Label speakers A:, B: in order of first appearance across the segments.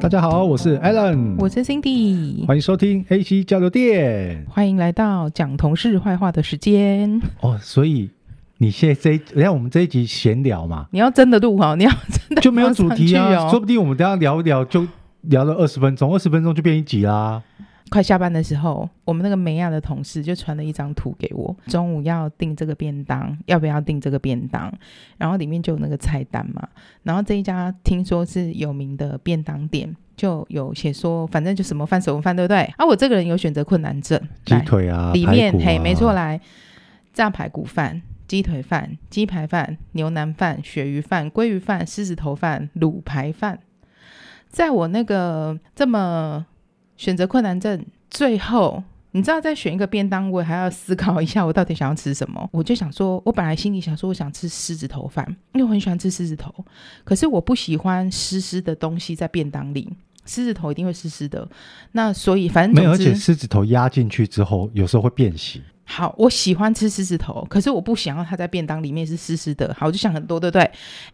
A: 大家好，我是 Alan，
B: 我是 Cindy，
A: 嗯欢迎收听 A C 交流电。
B: 欢迎来到讲同事坏话的时间。
A: 哦，所以你现在这一，你看我们这一集闲聊 嘛，
B: 你要真的录好，你要真的
A: 就没有主题
B: 放上去
A: 啊，
B: 哦
A: 说不定我们等一下聊一聊就聊了二十分钟，二十分钟就变一集啦。
B: 快下班的时候，我们那个美亚的同事就传了一张图给我，中午要订这个便当，要不要订这个便当？然后里面就有那个菜单嘛。然后这一家听说是有名的便当店，就有写说，反正就什么饭什么饭，对不对？啊，我这个人有选择困难症，
A: 鸡
B: 来
A: 腿啊，
B: 里
A: 排
B: 面、
A: 骨啊
B: 嘿，没错，来炸排骨饭、鸡腿饭、鸡排饭、牛腩饭、鳕鱼饭、鲑鱼饭、狮子头饭、卤排饭，在我那个这么选择困难症最后。你知道，在选一个便当，我还要思考一下，我到底想要吃什么。我就想说，我本来心里想说，我想吃狮子头饭，因为我很喜欢吃狮子头，可是我不喜欢湿湿的东西在便当里，狮子头一定会湿湿的。那所以，反正
A: 没有，
B: 总
A: 而且
B: 之
A: 狮子头压进去之后，有时候会变形。
B: 好，我喜欢吃狮子头，可是我不想要它在便当里面是湿湿的。好，我就想很多，对不对？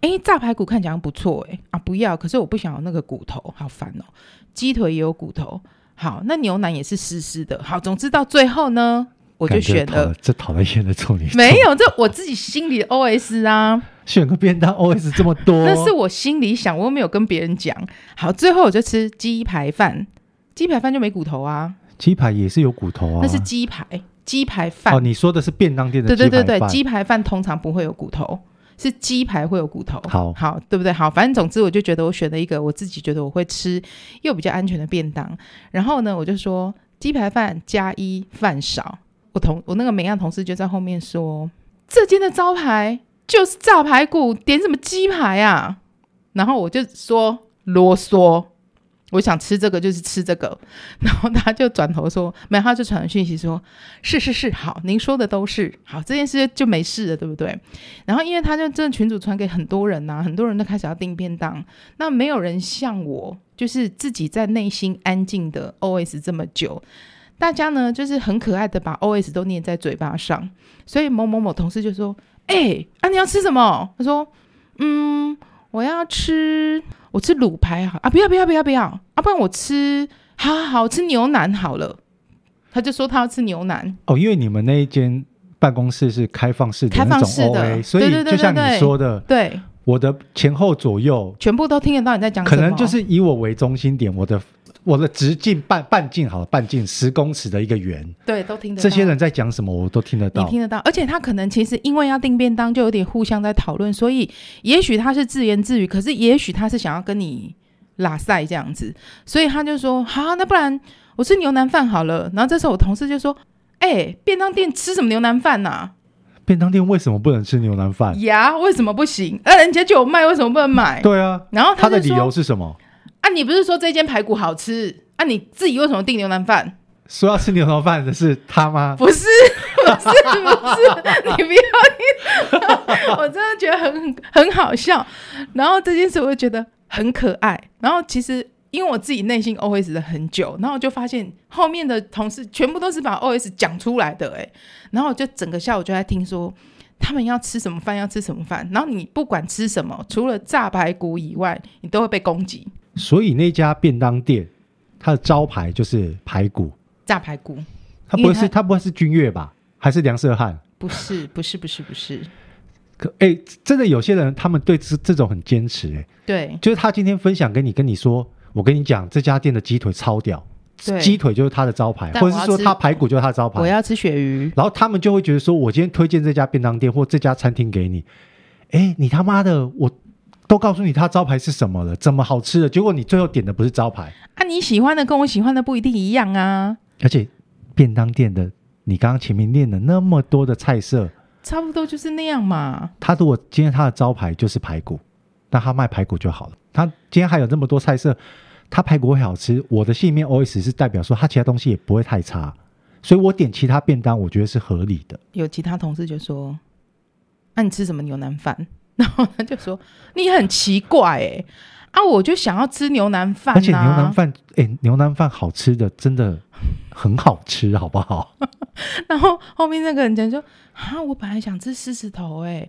B: 哎，炸排骨看起来好像不错，哎啊，不要，可是我不想要那个骨头，好烦哦。鸡腿也有骨头，好，那牛腩也是湿湿的。好，总之到最后呢，我就
A: 感觉
B: 选
A: 讨
B: 了。
A: 这讨人厌的处女，
B: 没有，这我自己心里的 OS 啊，
A: 选个便当 OS 这么多，
B: 那是我心里想，我又没有跟别人讲。好，最后我就吃鸡排饭，鸡排饭就没骨头啊，
A: 鸡排也是有骨头啊，
B: 那是鸡排，鸡排饭
A: 哦，你说的是便当店的
B: 对
A: 鸡排
B: 对对
A: 饭，
B: 对，鸡排饭通常不会有骨头，是鸡排会有骨头。
A: 好
B: 好，对不对？好，反正总之我就觉得我选了一个我自己觉得我会吃又比较安全的便当。然后呢，我就说鸡排饭加一饭少。我同我那个美亚同事就在后面说，这间的招牌就是炸排骨，点什么鸡排啊？然后我就说啰嗦。我想吃这个就是吃这个， 然后他就转头说，没有，他就传讯息说，是是是，好，您说的都是好，这件事就没事了，对不对？然后因为他就这群主传给很多人呐、很多人都开始要订便当，那没有人像我，就是自己在内心安静的 OS 这么久。大家呢，就是很可爱的把 OS 都念在嘴巴上，所以某某某同事就说：“哎、啊，你要吃什么？”他说：“嗯，我要吃，我吃卤排好啊，不要不要不要不要，啊，不然我吃，好好好，我吃牛腩好了。”他就说他要吃牛腩，
A: 哦，因为你们那一间办公室是开放式的
B: 开
A: 那
B: 放
A: 种
B: 式的
A: OA，所
B: 对
A: 以
B: 对对
A: 就像
B: 对
A: 你
B: 对
A: 说的，
B: 对，
A: 我的前后左右
B: 全部都听得到你在讲什
A: 可
B: 么，
A: 能就是以我为中心点，我的我的直径半半径好了，半径十公尺的一个圆，
B: 对，都听得到。
A: 这些人在讲什么我都听得
B: 你
A: 到。
B: 听得到，而且他可能其实因为要订便当，就有点互相在讨论，所以也许他是自言自语，可是也许他是想要跟你拉塞这样子，所以他就说：“好，那不然我吃牛腩饭好了。”然后这时候我同事就说：“哎、便当店吃什么牛腩饭呐、
A: 啊便当店为什么不能吃牛腩饭？
B: 呀，为什么不行？那、人家就有卖，为什么不能买？”
A: 对啊，
B: 然后
A: 他
B: 就
A: 的理
B: 说
A: 由是什么？：“
B: 啊，你不是说这间排骨好吃？啊，你自己为什么订牛腩饭？”
A: 说要吃牛腩饭的是他吗？
B: 不是， 不是，不是，你不要听， 我真的觉得很很好笑。然后这件事我就觉得很可爱。然后其实因为我自己内心 OS 了很久，然后我就发现后面的同事全部都是把 OS 讲出来的、欸，然后我就整个下午就在听说。他们要吃什么饭，要吃什么饭，然后你不管吃什么，除了炸排骨以外，你都会被攻击。
A: 所以那家便当店，它的招牌就是排骨，
B: 炸排骨
A: 它
B: 因
A: 不
B: 为
A: 会是
B: 它
A: 它不会是君越吧？还是梁社汉？
B: 不是，不是，不是，不是，
A: 可哎、真的有些人他们对这这种很坚持、哎，
B: 对
A: 就是他今天分享给你，跟你说，我跟你讲这家店的鸡腿超屌，
B: 对，
A: 鸡腿就是他的招牌，啊
B: 但
A: 或者是
B: 我
A: 说
B: 要吃
A: 他排骨就是他的招
B: 我
A: 牌。
B: 要吃鳕鱼。
A: 然后他们就会觉得说，我今天推荐这家便当店或这家餐厅给你，哎，你他妈的，我都告诉你他招牌是什么了，怎么好吃的，结果你最后点的不是招牌，
B: 啊，你喜欢的跟我喜欢的不一定一样啊，
A: 而且便当店的，你刚刚前面念了那么多的菜色，
B: 差不多就是那样嘛。
A: 他如果今天他的招牌就是排骨，那他卖排骨就好了。他今天还有这么多菜色，他排骨会好吃。我的信念 OS 是代表说他其他东西也不会太差，所以我点其他便当，我觉得是合理的。
B: 有其他同事就说：“那、啊你吃什么牛腩饭？” 然后他就说：“你很奇怪哎、啊，我就想要吃牛腩饭、啊，
A: 而且牛腩饭，哎、牛腩饭好吃的真的很好吃，好不好？
B: 然后后面那个人讲说：“啊，我本来想吃狮子头、欸，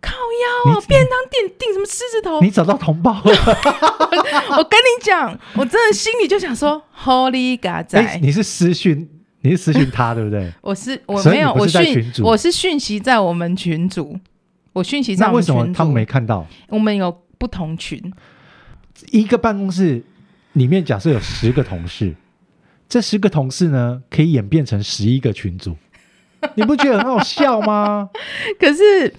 B: 靠腰哦
A: 你，
B: 便当店订什么狮子头？
A: 你找到同胞 了？
B: 我跟你讲，我真的心里就想说，Holy 嘎仔，
A: 哎，你是私讯，你是私讯他对不 对？
B: 我是我
A: 所以
B: 没有
A: 你不
B: 我
A: 是在
B: 讯
A: 群组
B: 我是讯息在我们群组，我讯息在
A: 那为
B: 我们
A: 什
B: 群
A: 么
B: 组，
A: 他们没看到？
B: 我们有不同群，
A: 一个办公室里面假设有十个同事，这十个同事呢可以演变成十一个群 组，你不觉得很好笑吗？
B: 可是。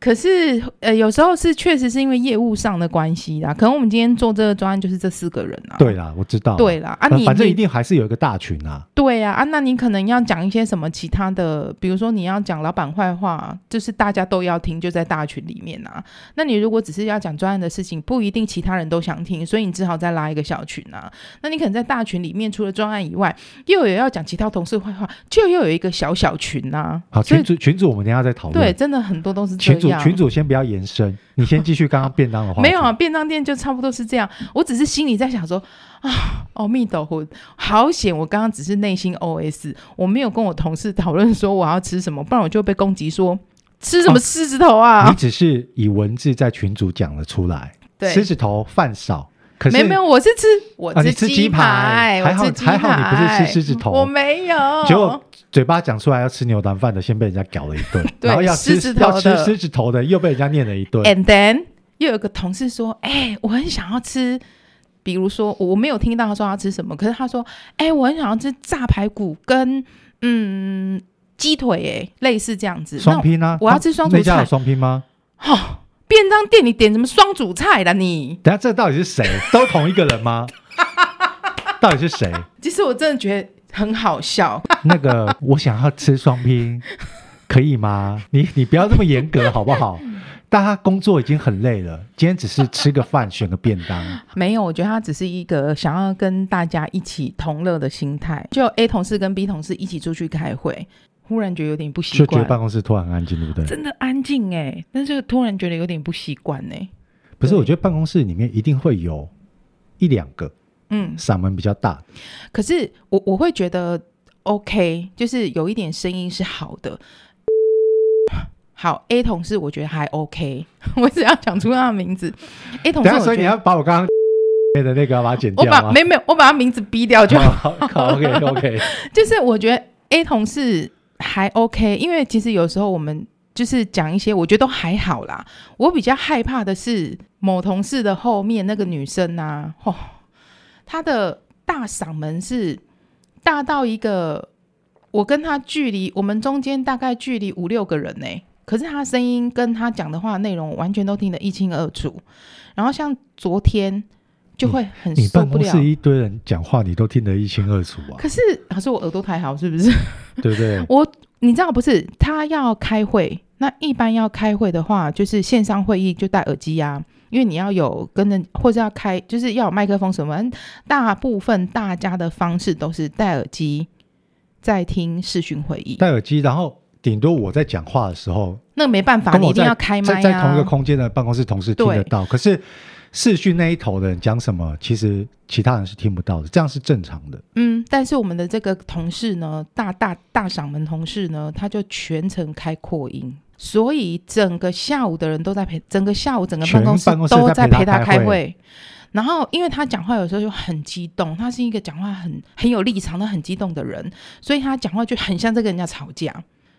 B: 可是，呃，有时候是确实是因为业务上的关系啦。可能我们今天做这个专案就是这四个人啊。
A: 对啦，我知道。
B: 对啦，啊
A: 反
B: 你，
A: 反正
B: 你
A: 一定还是有一个大群啊。
B: 对呀、啊，那你可能要讲一些什么其他的，比如说你要讲老板坏话，就是大家都要听，就在大群里面啊。那你如果只是要讲专案的事情，不一定其他人都想听，所以你只好再拉一个小群啊。那你可能在大群里面，除了专案以外，又有要讲其他同事坏话，就又有一个小小群啊。
A: 好，
B: 所以
A: 群主群主我们等一下再讨论。
B: 对，真的很多都是这
A: 群主
B: 样。
A: 群主先不要延伸，你先继续刚刚便当的话题。
B: 没有啊，便当店就差不多是这样。我只是心里在想说啊，哦，密斗魂，好险！我刚刚只是内心 OS，我没有跟我同事讨论说我要吃什么，不然我就被攻击说吃什么狮子头啊。
A: 哦你只是以文字在群主讲了出来。
B: 对
A: 狮子头饭少，可是
B: 没有没有，我是吃我
A: 啊你吃
B: 鸡
A: 鸡排还
B: 我
A: 好
B: 吃鸡
A: 还好你不是
B: 排
A: 吃狮子头
B: 我没有。
A: 结果嘴巴讲出来要吃牛腩饭的，先被人家搞了一顿，
B: 对
A: 然后要吃
B: 狮子头的哎
A: 要吃狮子头的，又被人家念了一顿。
B: And then 又有个同事说：“哎、我很想要吃，比如说我我没有听到他说要吃什么，可是他说：哎、我很想要吃炸排骨跟嗯鸡腿、哎，类似这样子。
A: 双拼啊！
B: 我要吃双主
A: 那家有
B: 菜
A: 双拼吗？
B: 那我哦，便当店你点什么双主菜啦你？
A: 等一下这到底是谁？都同一个人 吗？到底是谁？
B: 其实我真的觉得很好笑，
A: 那个我想要吃双拼，可以吗？你你不要这么严格好不 好？大家工作已经很累了，今天只是吃个饭，选个便当。
B: 没有，我觉得他只是一个想要跟大家一起同乐的心态。就 A 同事跟 B 同事一起出去开会，忽然觉得有点不习
A: 就觉得
B: 惯。”
A: 办公室突然很安静，对不对？
B: 真的安静哎、但是突然觉得有点不习惯哎。
A: 不是，我觉得办公室里面一定会有一两个
B: 嗯，
A: 嗓门比较大的，
B: 可是我我会觉得 OK，就是有一点声音是好的。好，A 同事我觉得还 OK，我 只要讲出他的名字。A 同
A: 等
B: 事
A: 一下，所
B: 我
A: 以你
B: 觉
A: 要
B: 得
A: 把我刚 刚的那个把它剪
B: 我
A: 掉
B: 把
A: 吗？
B: 没没有，我把他名字逼掉就好。
A: 好，OK OK，
B: 就是我觉得 A 同事还 OK，因为其实有时候我们就是讲一些，我觉得都还好啦。我比较害怕的是某同事的后面那个女生啊，哦，她的大嗓门是大到一个，我跟她距离，我们中间大概距离五六个人呢、可是她声音跟她讲的话内容，我完全都听得一清二楚。然后像昨天就会很
A: 嗯你
B: 受
A: 办
B: 不
A: 公
B: 了
A: 室。一堆人讲话，你都听得一清二楚啊，
B: 可是，可是我耳朵太好，是不是？
A: 对不对？
B: 我你知道不是他要开会，那一般要开会的话，就是线上会议就戴耳机啊，因为你要有跟人或者要开，就是要有麦克风什么。大部分大家的方式都是戴耳机在听视讯会议，
A: 戴耳机，然后顶多我在讲话的时候，
B: 那没办法，
A: 跟
B: 你
A: 我
B: 一定
A: 在
B: 要开麦
A: 在
B: 啊。
A: 在同一个空间的办公室同事听
B: 对
A: 得到，可是视讯那一头的人讲什么，其实其他人是听不到的，这样是正常的。
B: 嗯，但是我们的这个同事呢，大大大嗓门同事呢，他就全程开扩音，所以整个下午的人都在陪，整个下午整个办公室
A: 全办公室
B: 都
A: 在陪
B: 陪
A: 他
B: 他
A: 开
B: 开
A: 会
B: 会。然后，因为他讲话有时候就很激动，他是一个讲话很很有立场、的很激动的人，所以他讲话就很像在跟人家吵架。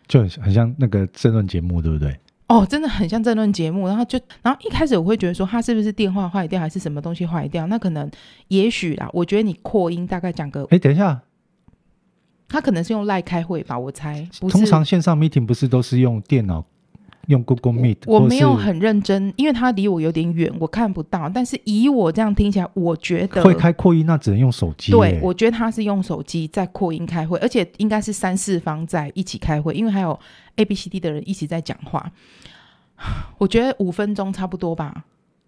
A: 就很很像那个争论节目，对不对？
B: 哦，真的很像政论节目，然后就，然后一开始我会觉得说他是不是电话坏掉，还是什么东西坏掉？那可能，也许啦，我觉得你扩音大概讲个，
A: 哎，等一下，
B: 他可能是用赖开会吧，我猜。不是
A: 通常线上 meeting 不是都是用电脑用 Google Meet？
B: 我
A: 或
B: 没有
A: 是
B: 很认真，因为他离我有点远，我看不到。但是以我这样听起来，我觉得
A: 会开扩音，那只能用手机耶。
B: 对，我觉得他是用手机在扩音开会，而且应该是三四方在一起开会，因为还有 A、B、C、D 的人一起在讲话。 我觉得五分钟差不多吧，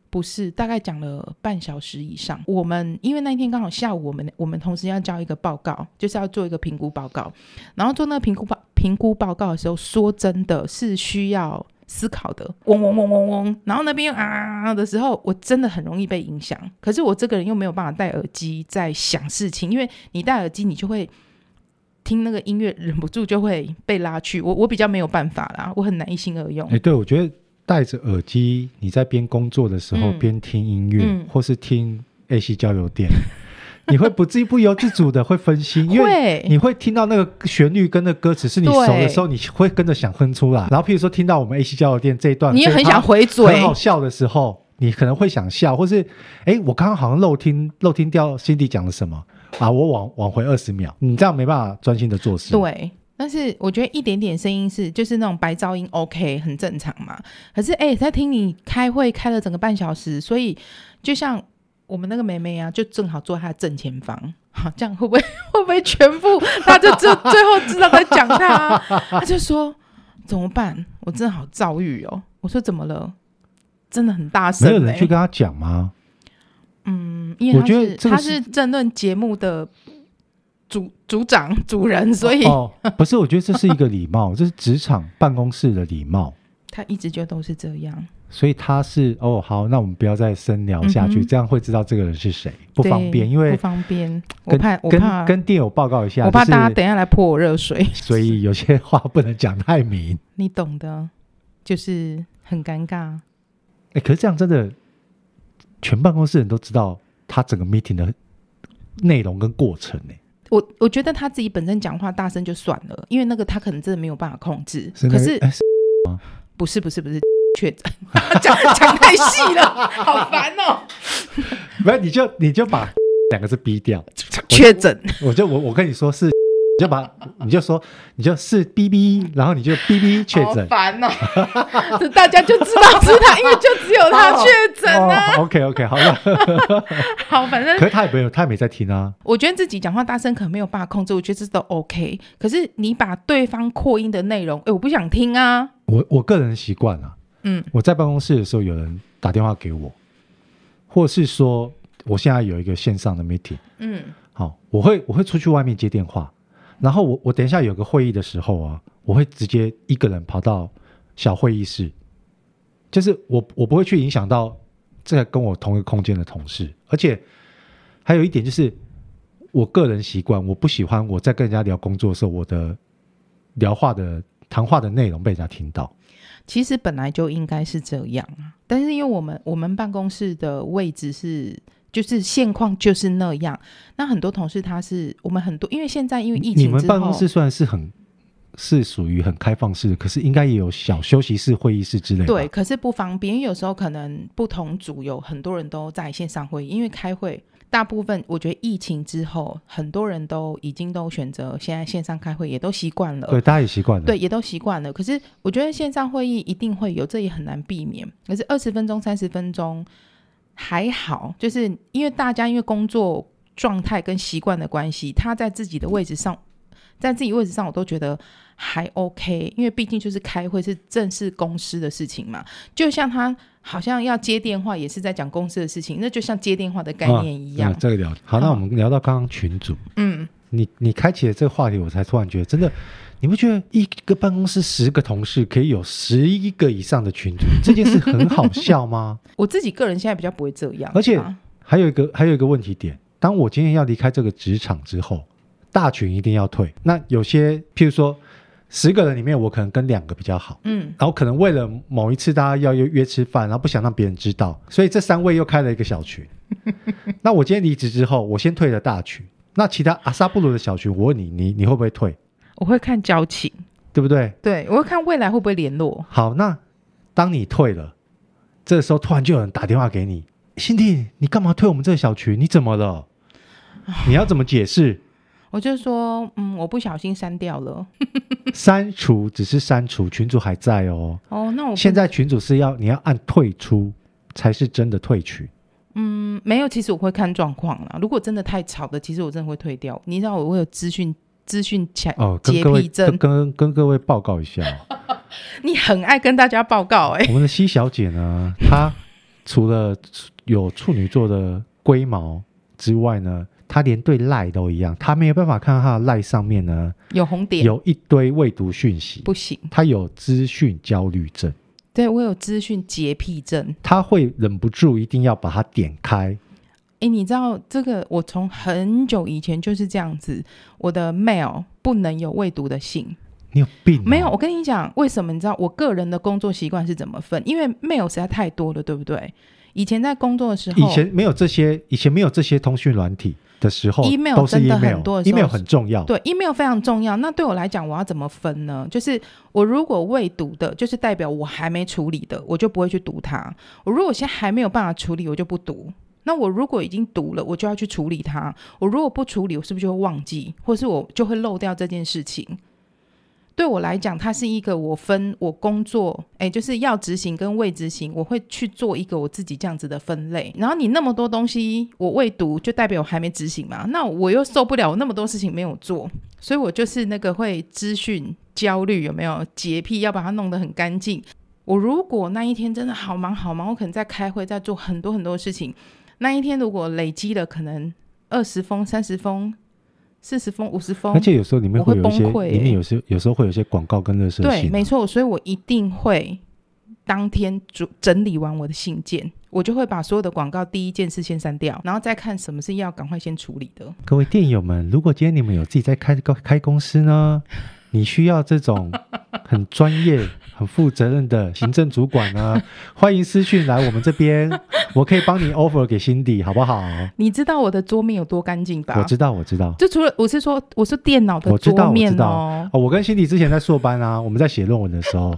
B: 不是，大概讲了半小时以上。我们因为那一天刚好下午，我们我们同时要交一个报告，就是要做一个评估报告。然后做那个评估报评估报告的时候，说真的是需要思考的，嗡嗡嗡嗡嗡。然后那边又啊啊啊的时候，我真的很容易被影响。可是我这个人又没有办法戴耳机在想事情，因为你戴耳机，你就会听那个音乐，忍不住就会被拉去。我我比较没有办法啦，我很难一心二用。
A: 哎，对，我觉得戴着耳机，你在边工作的时候
B: 嗯
A: 边听音乐，
B: 嗯
A: 或是听 A C 交流电， 你会不自不由自主的会分心，因为
B: 会
A: 你会听到那个旋律跟那个歌词是你熟的时候，你会跟着想哼出来。然后，譬如说听到我们 A C 交流电这一段，
B: 你也很
A: 这一趴
B: 想回嘴
A: 很好笑的时候，你可能会想笑，或是哎，我刚刚好像漏听漏听掉 Cindy 讲了什么啊，我往往回二十秒，你这样没办法专心的做事。
B: 对，但是我觉得一点点声音是就是那种白噪音，OK，很正常嘛。可是哎、在听你开会开了整个半小时，所以就像我们那个妹妹啊，就正好坐她的正前方。 好，这样会不会会不会全部？她就 最最后知道在讲她啊、她就说怎么办？我真的好躁郁哦。我说怎么了？真的很大声、
A: 没
B: 欸，
A: 有人去跟他讲吗？
B: 嗯，因为
A: 我
B: 他
A: 觉得
B: 是
A: 这个
B: 他
A: 是
B: 是政论节目的组组长主人，所以
A: 哦，不是，我觉得这是一个礼貌， 这是职场办公室的礼貌。
B: 他一直就都是这样。
A: 所以他是哦，好，那我们不要再深聊下去，
B: 嗯哼
A: 这样会知道这个人是谁，不方便，
B: 对
A: 因为
B: 不方便，我
A: 跟
B: 怕我怕
A: 跟跟店友报告一下，
B: 我怕
A: 就是
B: 大家等一下来泼我热水，
A: 所以有些话不能讲太明。
B: 你懂的，就是很尴尬。
A: 哎、可是这样真的，全办公室人都知道他整个 meeting 的内容跟过程哎呢、
B: 我我觉得他自己本身讲话大声就算了，因为那个他可能真的没有办法控制。
A: 那
B: 可
A: 个
B: 是
A: 哎
B: 不是不是不是 确诊，讲讲太细了， 好烦 哦。
A: 没有你就你就把两个字逼掉，
B: 确诊，
A: 我就我我跟你说是，你就把你就说你就是逼逼，然后你就逼逼确
B: 好
A: 诊。
B: 烦哦！ 这大家就知道是他，因为就只 有他确诊啊。
A: 哦，OK OK，好了，
B: 好，反
A: 可
B: 正
A: 是他也没有，他也没在听啊。
B: 我觉得自己讲话大声可能没有办法控制，我觉得这都 OK。可是你把对方扩音的内容，哎，我不想听啊。
A: 我我个人习惯啊，
B: 嗯
A: 我在办公室的时候有人打电话给我，或是说我现在有一个线上的 meeting，
B: 嗯
A: 好，我会我会出去外面接电话，然后我我等一下有个会议的时候啊，我会直接一个人跑到小会议室，就是我我不会去影响到这个跟我同一个空间的同事，而且还有一点就是我个人习惯，我不喜欢我在跟人家聊工作的时候，我的聊话的谈话的内容被人家听到。
B: 其实本来就应该是这样啊，但是因为我们我们办公室的位置是。就是现况就是那样，那很多同事他是我们很多，因为现在因为疫情之
A: 你
B: 后，
A: 们办公室虽然是很是属于很开放式的，可是应该也有小休息室、会议室之类的。
B: 对，，可是不方便，因为有时候可能不同组有很多人都在线上会议，因为开会，大部分我觉得疫情之后，很多人都已经都选择现在线上开会，也都习惯了。
A: 对，大家也习惯了。
B: 对，也都习惯了。可是我觉得线上会议一定会有，这也很难避免。可是二十分钟、三十分钟还好，就是因为大家因为工作状态跟习惯的关系，他在自己的位置上，在自己位置上，我都觉得还 OK，因为毕竟就是开会是正式公司的事情嘛。就像他好像要接电话，也是在讲公司的事情，那就像接电话的概
A: 啊
B: 念一样。
A: 嗯这个聊好，那
B: 好
A: 我们聊到刚刚群主，
B: 嗯，
A: 你你开启了这个话题，我才突然觉得，真的，你不觉得一个办公室十个同事可以有十一个以上的群主，这件事很好笑吗？
B: 我自己个人现在比较不会这样啊，
A: 而且还有一个还有一个问题点，当我今天要离开这个职场之后，大群一定要退。那有些，譬如说十个人里面，我可能跟两个比较好。
B: 嗯，
A: 然后可能为了某一次大家要约约吃饭，然后不想让别人知道，所以这三位又开了一个小群。那我今天离职之后，我先退了大群，那其他阿萨布鲁的小群，我问你，你你会不会退，
B: 我会看交情。
A: 对不对？
B: 对，我会看未来会不会联络。
A: 好，那当你退了，这时候突然就有人打电话给你，辛弟，你干嘛退我们这个小群？你怎么了？你要怎么解释？
B: 我就说，嗯，我不小心删掉了。
A: 删除只是删除，群主还在哦。
B: 哦，那我不
A: 现在群主是要你要按退出才是真的退群。
B: 嗯没有，其实我会看状况啦。如果真的太吵的，其实我真的会退掉。你知道我会有资讯资讯强
A: 哦，跟
B: 呃洁
A: 各位
B: 癖
A: 跟
B: 症，
A: 跟跟各位报告一 下哦，
B: 你很爱跟大家报告哎、
A: 我们的西小姐呢，她除了有处女座的龟毛之外呢，她连对赖都一样，她没有办法看到她的赖上面呢
B: 有红点
A: 有一堆未读讯息，
B: 不行。
A: 她有资讯焦虑症，
B: 对我有资讯洁癖症。
A: 她会忍不住一定要把它点开。
B: 哎，你知道这个？我从很久以前就是这样子，我的 mail 不能有未读的信。
A: 你有病啊、
B: 没有，我跟你讲，为什么？你知道我个人的工作习惯是怎么分？因为 mail 实在太多了，对不对？以前在工作的时候，
A: 以前没有这些，以前没有这些通讯软体的时候
B: Email
A: 都是
B: 真
A: email，email
B: 的很多的时候
A: 很重要。
B: 对 email 非常重要。那对我来讲，我要怎么分呢？就是我如果未读的，就是代表我还没处理的，我就不会去读它。我如果现在还没有办法处理，我就不读。那我如果已经读了，我就要去处理它。我如果不处理，我是不是就会忘记，或是我就会漏掉这件事情？对我来讲，它是一个我分我工作，哎，就是要执行跟未执行，我会去做一个我自己这样子的分类。然后你那么多东西，我未读，就代表我还没执行嘛？那我又受不了，我那么多事情没有做，所以我就是那个会资讯焦虑，有没有洁癖，要把它弄得很干净。我如果那一天真的好忙好忙，我可能在开会，在做很多很多事情。那一天如果累积了可能二十封、三十封、四十封、五十封，
A: 而且有时候里面
B: 我会
A: 有一些，
B: 崩溃欸
A: 里面有些有时候会有一些广告跟热色
B: 对，
A: 信啊、
B: 没错，所以我一定会当天主整理完我的信件，我就会把所有的广告第一件事先删掉，然后再看什么是要赶快先处理的。
A: 各位电友们，如果今天你们有自己在开个开公司呢，你需要这种很专业、很负责任的行政主管呢，欢迎私讯来我们这边，我可以帮你 offer 给辛迪，好不好？
B: 你知道我的桌面有多干净吧？
A: 我知道，我知道。
B: 就除了我是说，我是电脑的
A: 我知道，
B: 桌
A: 我
B: 面
A: 知道
B: 哦。。
A: 哦，我跟辛迪之前在硕班啊，我们在写论文的时候，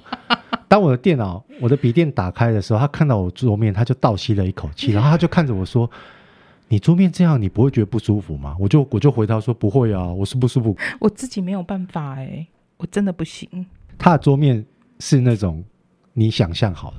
A: 当我的电脑、我的笔电打开的时候，他看到我桌面，他就倒吸了一口气，然后他就看着我说：“你桌面这样，你不会觉得不舒服吗？”我就我就回答说：“不会啊，我是不舒服。
B: 我自己没有办法哎、我真的不行。”
A: 他的桌面是那种你想象好了，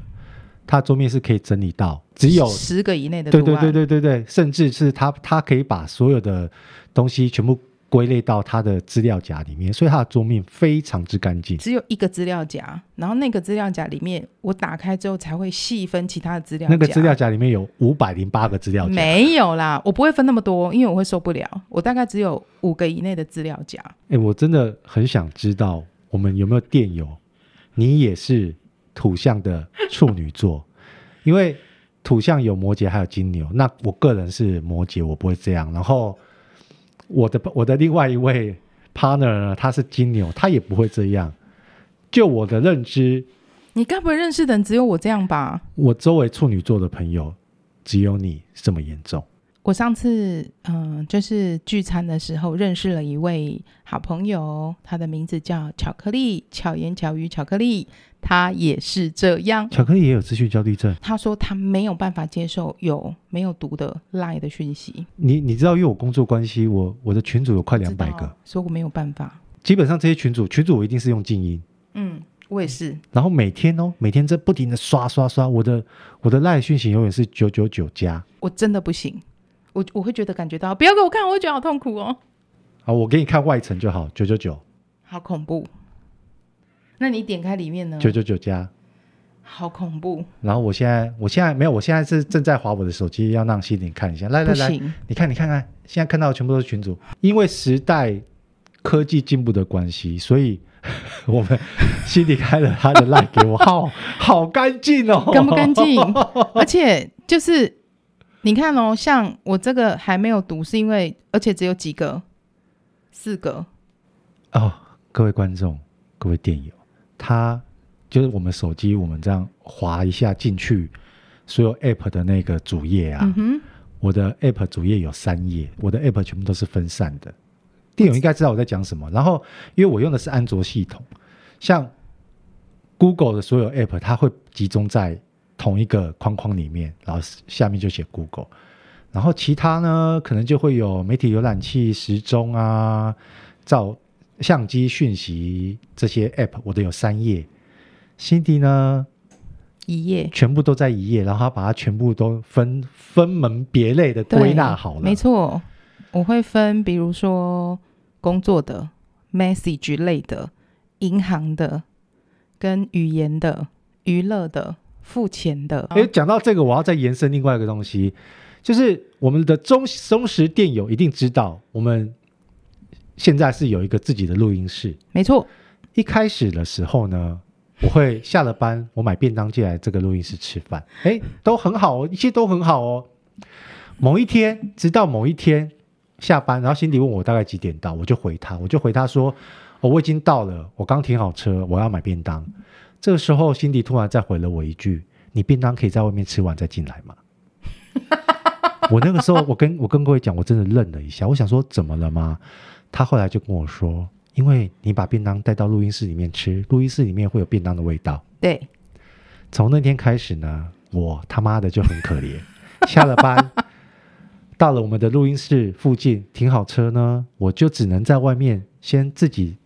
A: 他的桌面是可以整理到只有
B: 十个以内的图
A: 对
B: 案，
A: 对对对对对，甚至是他他可以把所有的东西全部归类到他的资料夹里面，所以他的桌面非常之干净。
B: 只有一个资料夹，然后那个资料夹里面，我打开之后才会细分其他的资料夹。
A: 那个资料夹里面有五百零八个资料夹，哎、
B: 没有啦，我不会分那么多，因为我会受不了。我大概只有五个以内的资料夹。
A: 哎我真的很想知道我们有没有电友，你也是土象的处女座，因为土象有摩羯还有金牛，那我个人是摩羯，我不会这样。然后我的我的另外一位 partner 呢，他是金牛，他也不会这样。就我的认知，
B: 你该不会认识的人只有我这样吧？
A: 我周围处女座的朋友只有你这么严重。
B: 我上次嗯、呃就是聚餐的时候认识了一位好朋友，他的名字叫巧克力，巧言巧语巧克力，他也是这样。
A: 巧克力也有资讯焦虑症。
B: 他说他没有办法接受有没有读的 lie 的讯息，
A: 你你知道，因为我工作关系，我我的群组有快
B: 我
A: 两
B: 知道
A: 百个，，
B: 所以我没有办法。
A: 基本上这些群组，群组我一定是用静音，
B: 嗯，我也是。
A: 然后每天哦，每天这不停的刷刷刷，我的我的赖讯息永远是九九九加
B: 我真的不行，我我会觉得感觉到，不要给我看，我会觉得好痛苦哦，
A: 啊，我给你看外层就好，九九九
B: 好恐怖。那你点开里面呢？
A: 九九九加。
B: 好恐怖，
A: 然后我现在我现在没有，我现在是正在划我的手机，要让西林看一下，来来
B: 不
A: 来，
B: 行，
A: 你看你看看，现在看到的全部都是群组，因为时代科技进步的关系，所以 我们西林开了他的赖给我，好好干净哦，
B: 干不 干净？而且就是你看哦，像我这个还没有读，是因为而且只有几个，四个，
A: 哦，各位观众，各位电友，它就是我们手机，我们这样滑一下进去，所有 App 的那个主页啊，
B: 嗯哼，
A: 我的 App 主页有三页，我的 App 全部都是分散的。电友应该知道我在讲什么。然后，因为我用的是安卓系统，像 Google 的所有 App，它会集中在同一个框框里面，然后下面就写 Google。然后其他呢，可能就会有媒体浏览器、时钟啊、照相机讯息这些 App，我的有三页。辛迪呢，
B: 一页，
A: 全部都在一页，然后他把它全部都分分门别类的
B: 对
A: 归纳好了。
B: 没错，我会分，比如说工作的、message 类的、银行的、跟语言的、娱乐的、付钱的。
A: 诶，讲到这个，我要再延伸另外一个东西，就是我们的忠忠实电友一定知道，我们现在是有一个自己的录音室。
B: 没错，
A: 一开始的时候呢，我会下了班，我买便当进来这个录音室吃饭，诶，都很好哦，一切都很好哦。某一天，直到某一天下班，然后辛迪问我大概几点到，我就回他，我就回他说，哦，我已经到了，我刚停好车，我要买便当。这个时候，辛迪突然再回了我一句：“你便当可以在外面吃完再进来吗？” 我那个时候，我跟我跟各位讲，我真的愣了一下，我想说怎么了吗？他后来就跟我说：“因为你把便当带到录音室里面吃，录音室里面会有便当的味道。”
B: 对，
A: 从那天开始呢，我他妈的就很可怜。 下了班，到了我们的录音室附近停好车呢，我就只能在外面先自己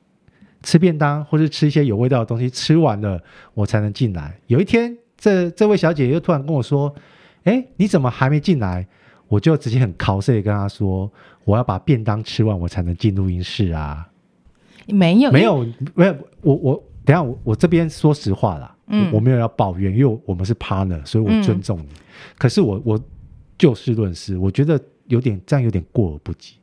A: 吃便当，或是吃一些有味道的东西。吃完了，我才能进来。有一天，这这位小姐又突然跟我说：“哎，你怎么还没进来？”我就直接很靠塞地跟她说：“我要把便当吃完，我才能进录音室啊。
B: 没”有
A: 没，有，没有，我我等一下我我这边说实话啦，
B: 嗯
A: 我我没有要抱怨，因为我们是 partner，所以我尊重你。可是我我就事论事，我觉得有点这样有点过而不及。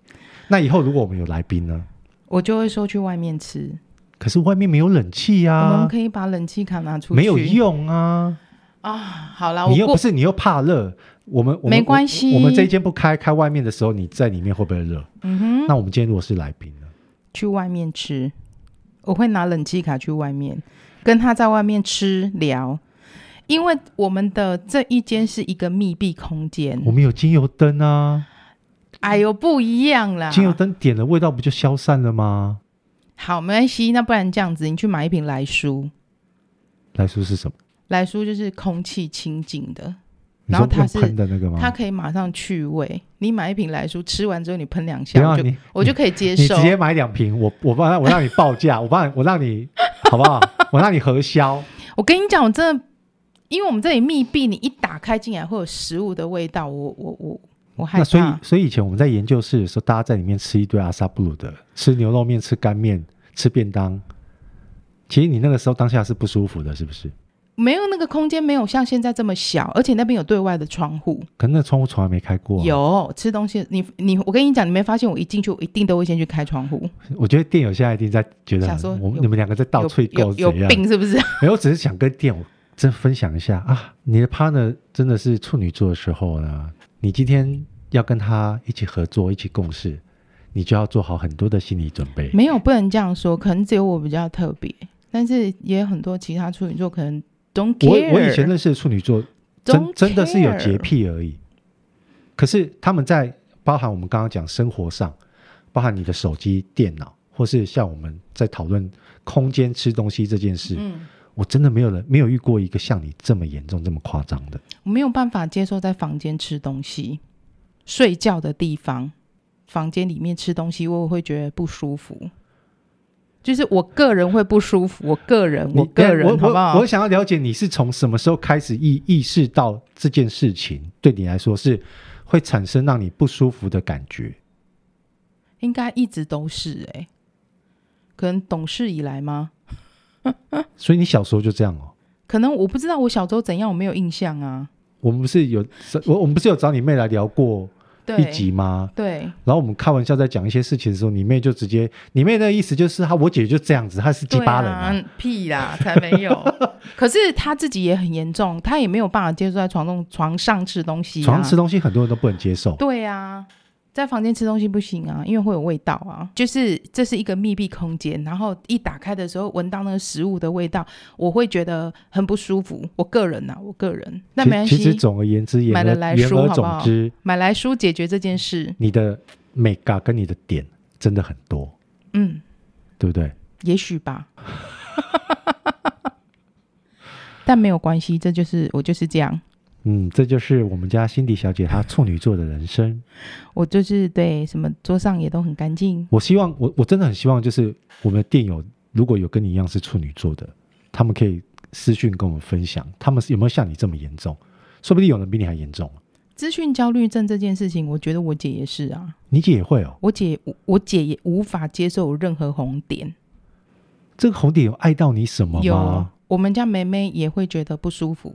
A: 那以后如果我们有来宾呢？
B: 我就会说去外面吃。
A: 可是外面没有冷气
B: 我们
A: 啊，
B: 可以把冷气卡拿出去，
A: 没有用啊。
B: 啊。好啦，我
A: 你又不
B: 过
A: 是你又怕热，我们我们
B: 没关系
A: 我我们这一间不开，开外面的时候你在里面会不会热？
B: 嗯哼，
A: 那我们今天如果是来宾呢？
B: 去外面吃，我会拿冷气卡去外面跟他在外面吃聊，因为我们的这一间是一个密闭空间
A: 我。们有精油灯啊，
B: 哎呦，不一样啦。
A: 精油灯点了味道不就消散了吗？
B: 好，没关系。那不然这样子，你去买一瓶来舒，
A: 来说是什么？
B: 来舒就是空气清净的，
A: 你
B: 然后
A: 说
B: 它
A: 用
B: 是
A: 喷的那个吗？
B: 它可以马上去味。你买一瓶来舒，吃完之后你喷两
A: 不
B: 下，
A: 要
B: 我就
A: 你
B: 我就可以接
A: 你
B: 受
A: 直。接买两瓶，我我帮 我让你报价，我帮我让你好不好？我让你核销，
B: 我跟你讲，我真的，因为我们这里密闭，你一打开进来会有食物的味道，我我我我害
A: 那
B: 怕。
A: 所以所以以前我们在研究室的时候，大家在里面吃一堆阿萨布鲁的，吃牛肉面、吃干面、吃便当。其实你那个时候当下是不舒服的，是不是？
B: 没有那个空间，没有像现在这么小，而且那边有对外的窗户，
A: 可能那窗户从来没开过、，啊
B: 有吃东西。你你，我跟你讲，你没发现我一进去，我一定都会先去开窗户，
A: 我觉得店友现在一定在觉得
B: 想说
A: 很我们
B: 有
A: 你们两个在倒
B: 有
A: 吹狗
B: 有
A: 是
B: 有
A: 怎样？
B: 病是不是？
A: 没有，我只是想跟店友真分享一下啊，你的 partner 真的是处女座的时候呢，你今天要跟他一起合作、一起共事，你就要做好很多的心理准备。
B: 没有，不能这样说，可能只有我比较特别，但是也有很多其他处女座可能 don't
A: 我
B: care。
A: 我以前认识的处女座，真
B: Don't
A: 真的是有
B: care
A: 洁癖而已。可是他们在包含我们刚刚讲生活上，包含你的手机、电脑，或是像我们在讨论空间吃东西这件事，
B: 嗯，
A: 我真的没有人没有遇过一个像你这么严重、这么夸张的。
B: 我没有办法接受在房间吃东西、睡觉的地方，房间里面吃东西，我会觉得不舒服。就是我个人会不舒服，我个人，
A: 你哎
B: 我个人
A: 我我
B: 好不好
A: 我？想要了解你是从什么时候开始意意识到这件事情对你来说是会产生让你不舒服的感觉？
B: 应该一直都是哎、可能懂事以来吗？
A: 所以你小时候就这样哦。
B: 可能我不知道我小时候怎样，我没有印象啊。
A: 我们不是有我我们不是有找你妹来聊过
B: 对，
A: 一集吗？
B: 对，
A: 然后我们开玩笑在讲一些事情的时候，你妹就直接，你妹的意思就是她我姐就这样子，她是鸡巴人啊。
B: 对啊，屁啦，才没 有。可是他自己也很严重，他也没有办法接受在床中床上吃东西、啊，
A: 床上吃东西很多人都不能接受，
B: 对啊，在房间吃东西不行啊，因为会有味道啊。就是这是一个密闭空间，然后一打开的时候闻到那个食物的味道，我会觉得很不舒服。我个人呐、啊我个人，那没关
A: 其其实
B: 系，
A: 总而言之，言
B: 买了
A: 而
B: 来
A: 言
B: 书
A: 而
B: 好不
A: 总
B: 好
A: 之，
B: 买来书解决这件事。
A: 你的美感跟你的点真的很多，
B: 嗯，
A: 对不对？
B: 也许吧。 但没有关系，这就是我就是这样，
A: 嗯，这就是我们家辛迪小姐她处女座的人生。
B: 我就是对什么桌上也都很干净。
A: 我希望，我我真的很希望，就是我们的店友如果有跟你一样是处女座的，他们可以私讯跟我们分享，他们是有没有像你这么严重？说不定有人比你还严重。啊
B: 资讯焦虑症这件事情，我觉得我姐也是啊。
A: 你姐也会哦。
B: 我姐我我姐也无法接受有任何红点，
A: 这个红点有碍到你什么
B: 有
A: 吗？
B: 我们家梅梅也会觉得不舒服，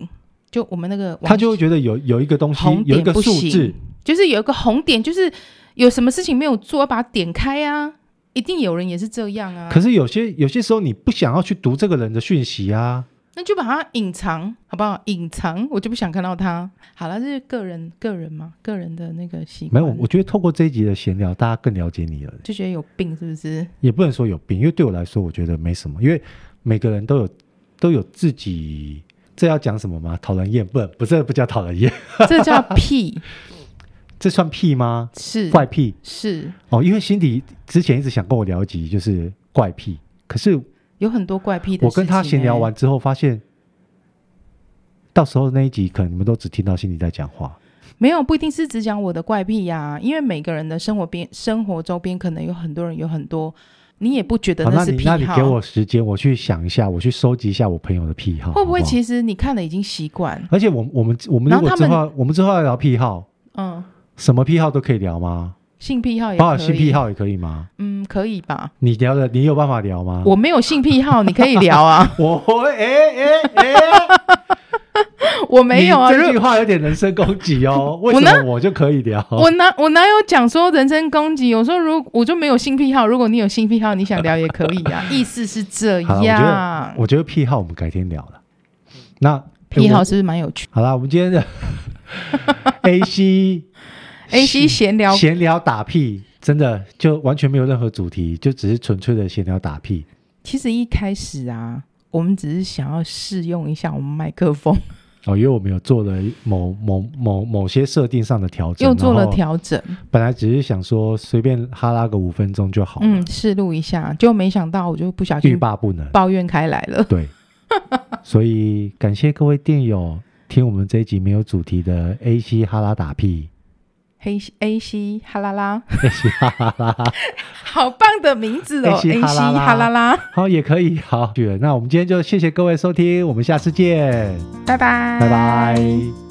B: 就我们那个
A: 她就会觉得有有一个东西
B: 红，
A: 有
B: 点
A: 一个数
B: 不
A: 字
B: 行，就是有一个红点，就是有什么事情没有做，把它点开啊，一定有人也是这样啊。
A: 可
B: 是
A: 是有些有些时候你不想要去读这个人的讯息啊，
B: 那就把它隐藏，好不好？隐藏，我就不想看到它。好了，这是个人个人嘛，个人的那个习
A: 没
B: 惯。
A: 有，我觉得透过这一集的闲聊，大家更了解你了。
B: 就觉得有病是不是？
A: 也不能说有病，因为对我来说，我觉得没什么，因为每个人都有都有自己，这要讲什么吗？讨人厌不能，不这不叫讨人厌，
B: 这叫屁，
A: 这算屁吗？
B: 是
A: 怪癖
B: 是
A: 哦，因为辛迪之前一直想跟我聊一集，就是怪癖，可是
B: 有很多怪癖的、
A: 我跟他闲聊，完之后，发现到时候那一集可能你们都只听到辛迪在讲话，
B: 没有不一定是只讲我的怪癖呀、因为每个人的生活边生活周边可能有很多人有很多，你也不觉得
A: 好，那
B: 是
A: 你
B: 癖
A: 那
B: 好。
A: 你给我时间，我去想一下，我去收集一下我朋友的癖好，
B: 会不会
A: 好好
B: 其实你看了已经习惯？
A: 而且我们我们我们
B: 然
A: 如果
B: 后他
A: 之
B: 们
A: 后要我们之后要聊癖好，
B: 嗯，
A: 什么癖好都可以聊吗？
B: 性癖好也
A: 包
B: 可
A: 含
B: 以，
A: 性癖好啊也可以吗？
B: 嗯，可以吧？
A: 你聊的，你有办法聊吗？
B: 我没有性癖好，你可以 聊啊，
A: 我会哎哎哎，
B: 我 没有啊。
A: 你
B: 如
A: 这句话有点人身攻击哦。为
B: 我呢
A: 什么我就可以聊？
B: 我哪我哪有讲说人身攻击？我说如我就没有性癖好，如果你有性癖好，你想聊也可以 啊。意思是这
A: 好啦我觉
B: 样，
A: 我觉得癖好我们改天聊了。那
B: 癖好
A: 我
B: 是不是蛮有趣
A: 好啦，我们今 天的 A C
B: ？A C 闲聊
A: 闲聊打屁，真的就完全没有任何主题，就只是纯粹的闲聊打屁。
B: 其实一开始啊，我们只是想要试用一下我们麦克 风，
A: 哦，因为我们有做了某某某某些设定上的调整，
B: 又做了
A: 然后
B: 调整，
A: 本来只是想说随便哈拉个五分钟就好了，
B: 嗯，试录一下，就没想到我就不小
A: 欲
B: 心
A: 罢不能。
B: 抱怨开来了。
A: 对，所以感谢各位电友听我们这一集没有主题的 A C 哈拉打屁，
B: 黑西 A C 哈 啦啦，
A: A C 哈拉拉，
B: 好棒的名字哦
A: AC
B: ！A C
A: 哈啦啦
B: 哈啦啦，
A: 好也可以，好，那我们今天就谢谢各位收听，我们下次见，
B: 拜拜，
A: 拜拜